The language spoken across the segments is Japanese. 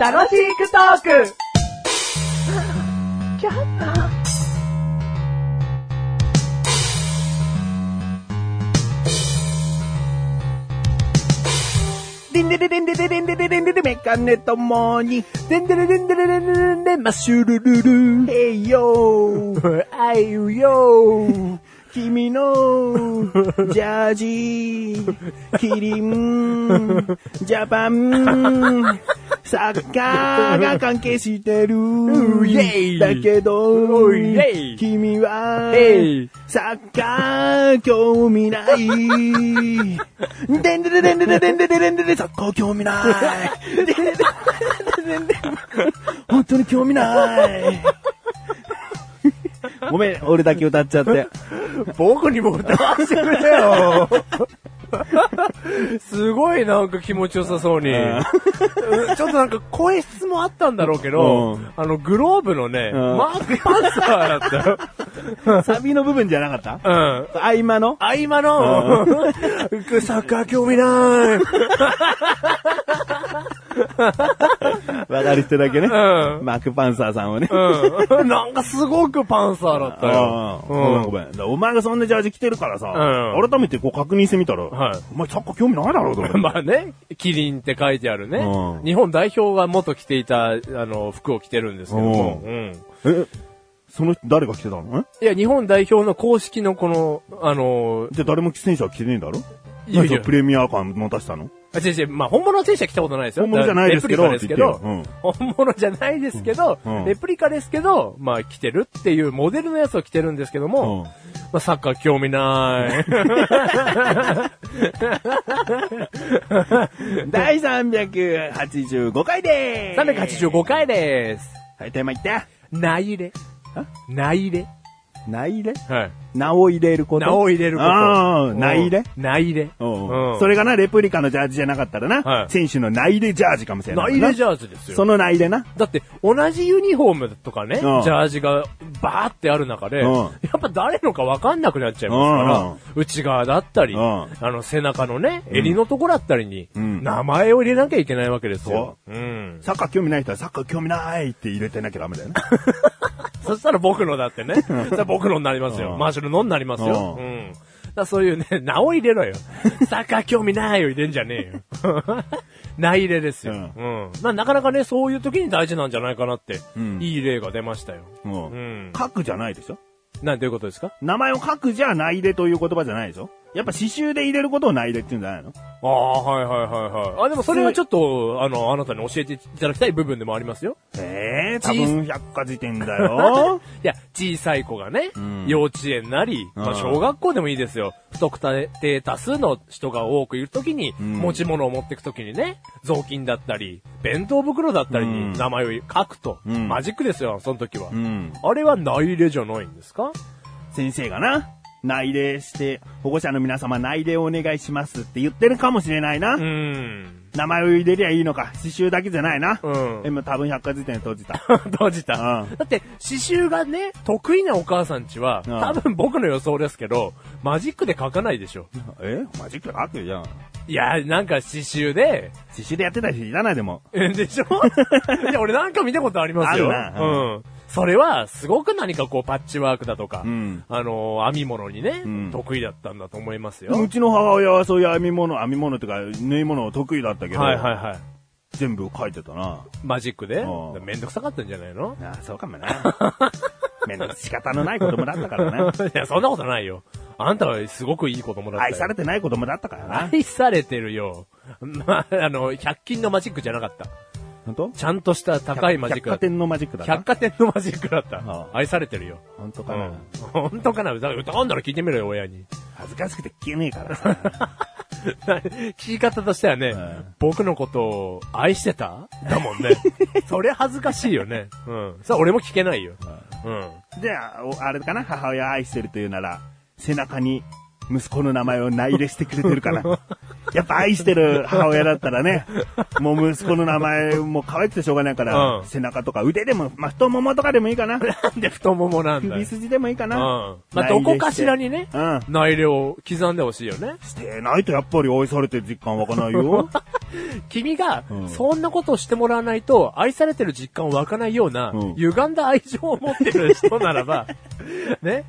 楽しくトークデンデレデンデレデンデレデンデレメガネともに、デンデレデンデレデンデレデンデンマッシュルルルへいよー、あいうよー君のジャージー、キリン、ジャパン、サッカーが関係してるう。イェイだけど、うイェイ君はへい、サッカー興味 ない。でんでれでんでれでんでれでんでれ、サッカー興味ない。でんでれでんでれ本当に興味ない。ごめん、俺だけ歌っちゃって。僕にも歌わせてくれよ すごいなんか気持ちよさそうに。 うんちょっとなんか声質もあったんだろうけど、うんあのグローブのね、うんマークパンサーだったよ。サビの部分じゃなかったうん。合間の合間 の、サッカー興味ない。わかる人だけね。うんマークパンサーさんをね。うん。なんかすごくパンサーだったあよあ。うごめんごんめん。だからお前がそんなジャージ着てるからさ、う改めてこう確認してみたら、はいお前サッカー興味ないだろうと 思って。まあね、キリンって書いてあるねう。ん日本代表が元着ていた、あの、服を着てるんですけども。ううん。え、その人誰が着てたのえいや、日本代表の公式のこの、あの、じゃあ誰も選手は着てねえんだろいやいやなんかプレミア感持たしたのあ、違う違う、まあ、本物の選手は着たことないですよ。本物じゃないですけどレプリカですけっど、て言って本物じゃないですけど、うんレプリカですけど、まあ、着てるっていう、モデルのやつを着てるんですけども、うんまあ、サッカー興 味ない。第385回でーす。 385回です。はい、テーマいった。ない入れ。ない入れ。ない入れはい。名を入れること。名を入れること。ああ、うんない入れない入れ。うんそれがな、レプリカのジャージじゃなかったらな、はい選手の内入れジャージかもしれないないもん入な。れジャージですよ。その内入れな。だって、同じユニフォームとかね、ジうんャージがバーってある中で、うんやっぱ誰のかわかんなくなっちゃいますから、うん内側だったり、うんあの背中のね、襟のところだったりに、ん名前を入れなきゃいけないわけですよ。うん。サッカー興味ない人はサッカー興味ないって入れてなきゃダメだよ な。そしたら僕のだっ てね、そしたら僕のになりますよ。うんマーシュルのになりますよ。う。うんだからそういうね、名を入れろ よ。サッカー興味ないよ、入れんじゃねえよ。 名入れですよ。う。うんまあなかなかね、そういう時に大事なんじゃないかなって、うんいい例が出ましたよ。もううん書くじゃないでしょなんていうことですか名前を書くじゃ内入れという言葉じゃないでしょやっぱ刺繍で入れることを内入れって言うんじゃないのああ、はいはいはいはい。あ、でもそれはちょっと、あの、あなたに教えていただきたい部分でもありますよ。ええー、多分百科事典だ よ。いや、小さい子がね、ん幼稚園なり、まあ、うん小学校でもいいですよ。不特定多数の人が多くいるときに、ん持ち物を持っていくときにね、雑巾だったり、弁当袋だったりうんに名前を書くと。うんマジックですよ、その時は。うん。あれは内入れじゃないんですか先生がな、内入れして、保護者の皆様内入れをお願いしますって言ってるかもしれないな。うん。名前を入れりゃいいのか。刺繍だけじゃないな。うんえ、もう多分百科事典閉じた。 閉じた。うんだって、刺繍がね、得意なお母さんちは、うん多分僕の予想ですけど、マジックで書かないでしょ。 えマジック書くじゃん。いや、なんか刺繍で、 刺繍でやってた人いらないでも。えでしょ いや、俺なんか見たことありますよ。あるなうん。それは、すごく何かこう、パッチワークだとか、うんあのー編み物にね、ん得意だったんだと思いますよ。うちの母親はそういう編み物、編み物とか縫い物得意だったけど、はいはいはい。全部書いてたな。マジックでう、んめんどくさかったんじゃないの ああ、そうかも な。めんどく仕方のない子供だった からな。いや、そんなことないよ。あんたはすごくいい子供だった愛よ。されてない子供だったからな。愛されてるよ。まあ、あの、100均のマジックじゃなかった。 本当ちゃんとした高いマジッ百クだ貨った。店のマジックだな百。貨店のマジックだった。ああ愛されてるよ。本当うかな、ん。本当かな歌うんだら聞いてみろよ、親に。 恥ずかしくて聞けねえから さ。聞き方としてはね、うん僕のことを愛してただもん ね。それ恥ずかしいよね。うん。さあ、俺も聞けないよ。うん。じゃあ、おあれかな母親愛してるというなら、背中に息子の名前を内入れしてくれてるか な。やっぱ愛してる母親だったらね、もう息子の名前も可愛くてしょうがないから、うん背中とか腕でも、まあ、太ももとかでもいいかな。なんで太ももなんだよ。首うん。筋でもいいかな。まあ、どこかしらにね、うん内容を刻んでほしいよね。 してないとやっぱり愛されてる実感湧かないよ。君がう、んそんなことをしてもらわないと、愛されてる実感を湧かないような、うん歪んだ愛情を持ってる人な らば、ね、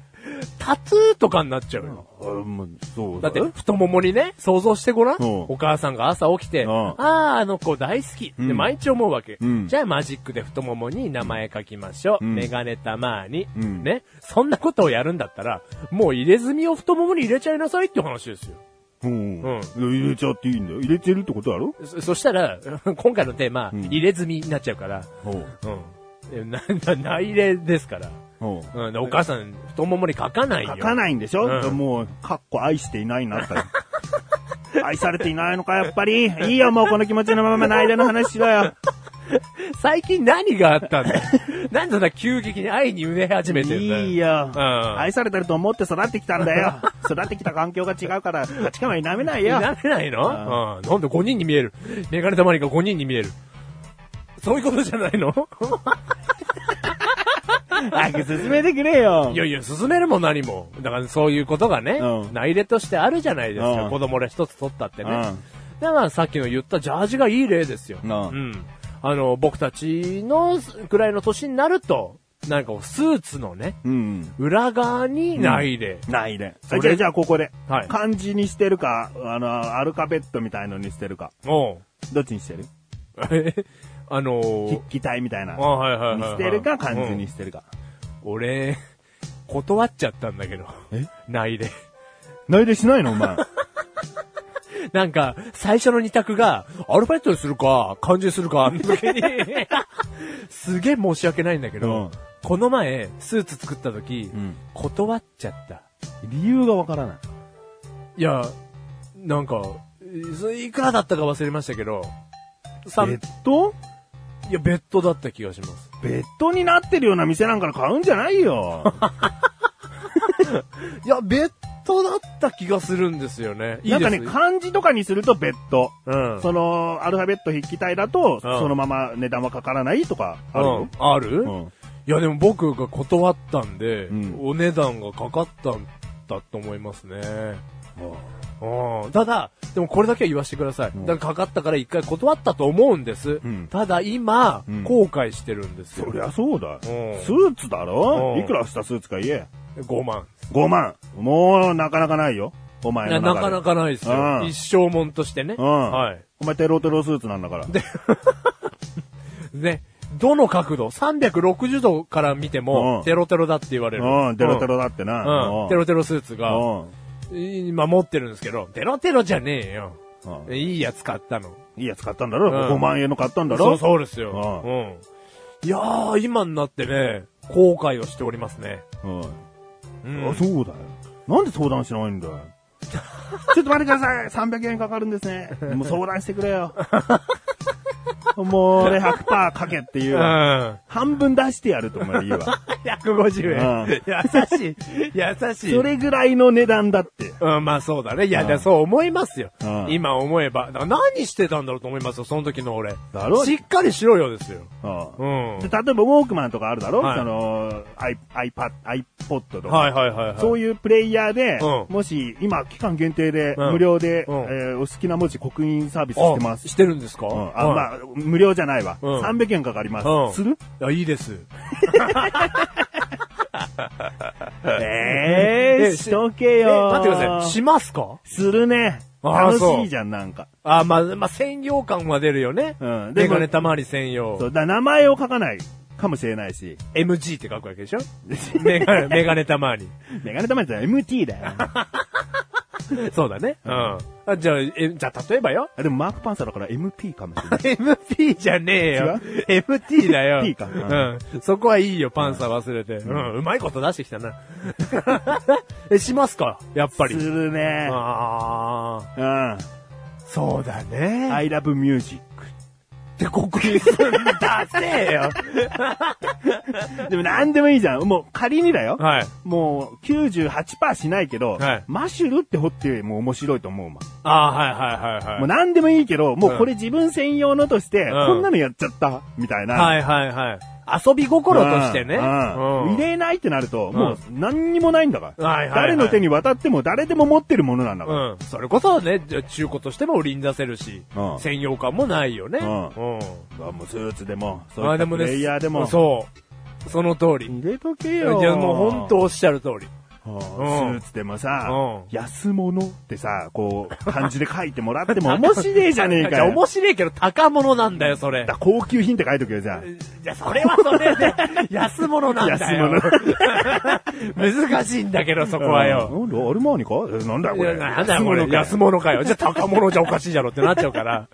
タトゥーとかになっちゃうよ。うんもうそうだって、太ももにね、想像してごらん。うんお母さんが朝起きて、うんああ、あの子大好きってうん毎日思うわけ。うんじゃあマジックで太ももに名前書きましょうう。んメガネたまーに、うんね。そんなことをやるんだったら、もう入れ墨を太ももに入れちゃいなさいって話ですよ。うん。うん入れちゃっていいんだよ。入れてるってことだろそそしたら、今回のテーマ、うん入れ墨になっちゃうから、うん。うんえ。な、な、内入れですから。うん。うん。でお母さん、太ももに書かないよ。。書かないいんでしょ、うんもう、かっこ愛していないな、か 愛されていないのか、やっぱり。いいよ、もうこの気持ちのまま内での話しろ よ。最近何があったんだ なんでそんな急激に愛にうね始めてんだよいいよ、うん愛されてると思って育ってきたんだ よ。育ってきた環境が違うから、価値観は否めないよ。なれないのうん。なんで5人に見えるメガネたまりが5人に見える。そういうことじゃないの早く進めてくれよい。やいや、進めるも何も。だからそういうことがね、うん内入れとしてあるじゃないですか。うん子供ら一つ取ったってね。うんだからさっきの言ったジャージがいい例ですよ。うんん。あの、僕たちのくらいの年になると、なんかこうスーツのね、うん。裏側に内入れ。ないで。それじゃあ、じゃあここで。はい漢字にしてるか、あの、アルファベットみたいのにしてるか。おうどっちにしてるえあの筆ー、記体みたいな。あはいはいはいにはいしてるか、漢う字んにしてるか。俺、断っちゃったんだけど。えないで。ないでしないの、お前。なんか、最初の二択が、アルファベットにするか、漢字にするか、の時に、すげえ申し訳ないんだけど、うんこの前、スーツ作った時、ん断っちゃった。理由がわからない。いや、なんか、えそれいくらだったか忘れましたけど、さベッドいや、別途だった気がします。ベッドになってるような店なんかで買うんじゃないよ。いや、別途だった気がするんですよね。 いいなんでかすね、漢字とかにするとベッド。うん。その、アルファベット筆記体だと、うんそのまま値段はかからないとかあるうよん。ある、うんいや、でも僕が断ったんで、うんお値段がかかったんだと思いますね。うんただ、でもこれだけは言わせてください。んだからかかったから一回断ったと思うんです。うんただ今、うん後悔してるんですよそ。りゃそうだ。スんーツだろうんいくらしたスーツか言え。 5万。 5万。もう、なかなかないよ。お前なのな中かで。なかないですうよ。ん一生もんとしてね。うん。はい。お前テロテロスーツなんだから。ね。どの角度 ?360 度から見ても、うんテロテロだって言われる。うん、テロテロだってな。うん。うん。テロテロスーツうが、ん。今持ってるんですけど、テロテロじゃねえよ。うんいいやつ買ったの。いいやつ買ったんだろうん ?5 万円の買ったんだそろうそうですよ。ううん。いやー、今になってね、後悔をしておりますね。うん。うんあ、そうだよ。なんで相談しないんだよ。 ちょっと待ってください !300 円かかるんですね。もう相談してくれよ。 もう俺100%かけっていううわ。 ん。半分出してやるとまで言うわ。 150うん円。優しい。優 しい。それぐらいの値段だって。うん、まあそうだね。いや、うんでそう思いますよう。ん今思えば。だから何してたんだろうと思いますよ、その時の俺。だろしっかりしろよですよ。ううん。 ん。で例えばウォークマンとかあるだろはいその、iP- iPad、iPod とはか。いはいはいはい。そういうプレイヤーでうん、もし今期間限定でうん無料でえうんーお好きな文字刻印サービスしてますあ。してるんですかうんあ、まあ、無料じゃないわ。うん300円かかりうんます。するあ。いや、いいです。ええー、しとけよ。え待ってください。しますかするね。あー楽そうしいじゃん、なんか。あ、まあ、まあ、専用感は出るよね。うんでで、もこれたまわり専用。そう、だ名前を書かないかもしれないし。 MG って書くわけでしょメガメガネたまに。メガネ玉じゃ MT だよ。そうだね。うん。あじゃあ、えじゃあ例えばよ。あでもマークパンサーだから MT かもしれない。 MP じゃねえよ。MT だよ。 T かうん。そこはいいよ、パンサー忘れて。うん、うまいこと出してきたな。 え、しますかやっぱすり。るね。ああ、うん。そうだね。 I love music. って刻印するんだせえよ。 でもなんでもいいじゃん。もう仮にだよ。 はい。もう98%しないけどはい、マシュルって掘ってもう面白いと思うもん。ああ、はいはいはいはい。もう何でもいいけど、もうこれ自分専用のとして、んこんなのやっちゃった、みたいな。はいはいはい。遊び心としてね。うんうん入れないってなると、もう何にもないんだから。はいはいはい誰の手に渡っても誰でも持ってるものなんだから。うん。それこそね、じゃあ中古としても売りに出せるし、うん専用感もないよね。うんうあもうスーツでも、ん。そういったプレイヤーでも。そう。その通り。入れとけいよ。や、もう本当おっしゃる通り。うんスうんーツでもさう、安物ってさ、こう、漢字で書いてもらっても 面白いじゃねえかいやよ。面白いけど高物なんだよ、それだ。高級品って書いとけよ、じゃいや、それはそれで、 安物なんだよ。難しいんだけど、そあ。こはよ。うん。なんだ、アルマーニかえなんだよ、これ。いやなんだよこれ、安安物かよ。じゃあ高物じゃおかしいじゃろってなっちゃうから。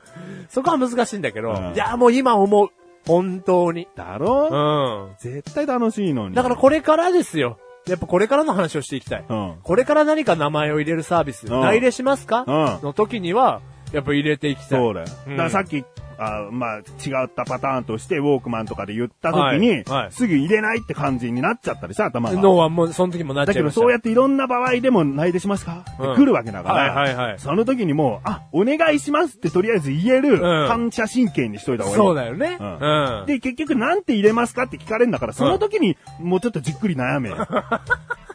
そこは難しいんだけど。うんいや、もう今思う。本当に。だろ、うん。絶対楽しいのに。だからこれからですよ。やっぱこれからの話をしていきたい。うん。これから何か名前を入れるサービス、ん内入れしますか、うんの時には、やっぱ入れていきたい。そうだよ。うんだからさっき、あまあ、違ったパターンとして、ウォークマンとかで言った時に、はいはいすぐ入れないって感じになっちゃったりさ、頭が。脳はもう、その時もなっだちゃけいどました。そうやっていろんな場合でも内でしますかってうん来るわけだから、はいはいはいその時にもう、あ、お願いしますってとりあえず言える、ん反射神経にしといた方がいい。そうだよね。う。うんんうん、で、結局なんて入れますかって聞かれるんだから、その時にもうちょっとじっくり悩 めよ。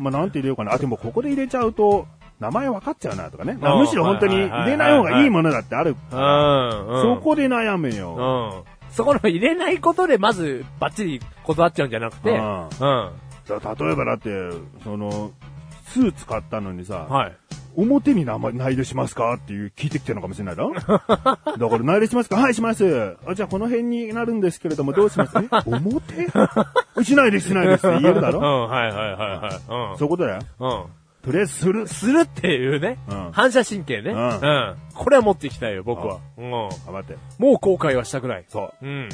まあなんて入れようかな。あ、でもここで入れちゃうと、名前分かっちゃうなとかね。まあむしろ本当に入れない方がいいものだってある。うん。そこで悩めよ。うん。そこの入れないことで、まず、バッチリ断っちゃうんじゃなくて、ううんん。だ例えばだって、その、スーツ買ったのにさ、はい。表に名前内でしますかっていう聞いてきてるのかもしれない だろだから内でしますかはい、します。あ、じゃあこの辺になるんですけれども、どうします え表しないです、しないですって言えるだうろん、はいはいはいはい。そういうことだよ。うん。うん。とりあえずする。するっていうね、うん反射神経ね、うんうん。これは持っていきたいよ、僕は。うん。もあ、待って。う後悔はしたくない。そう。うん。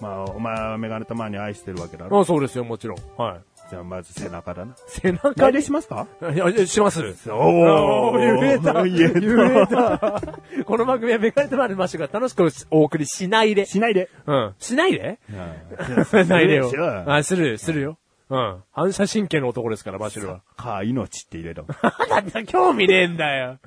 まあ、お前はメガネたまに愛してるわけだろあそうですよ、もちろん。はい。じゃあまず背中だな。背中内にでしますかいやいや、します。おおー、言えた。言えた。た。この番組はめがれてまいりましたが、楽しくお送りしないで。しない で。うん。しないでうんないでよしろ。あ、する、するよ。 うん。反射神経の男ですから、バシルは。か、命って入れろ。だって興味ねえんだよ。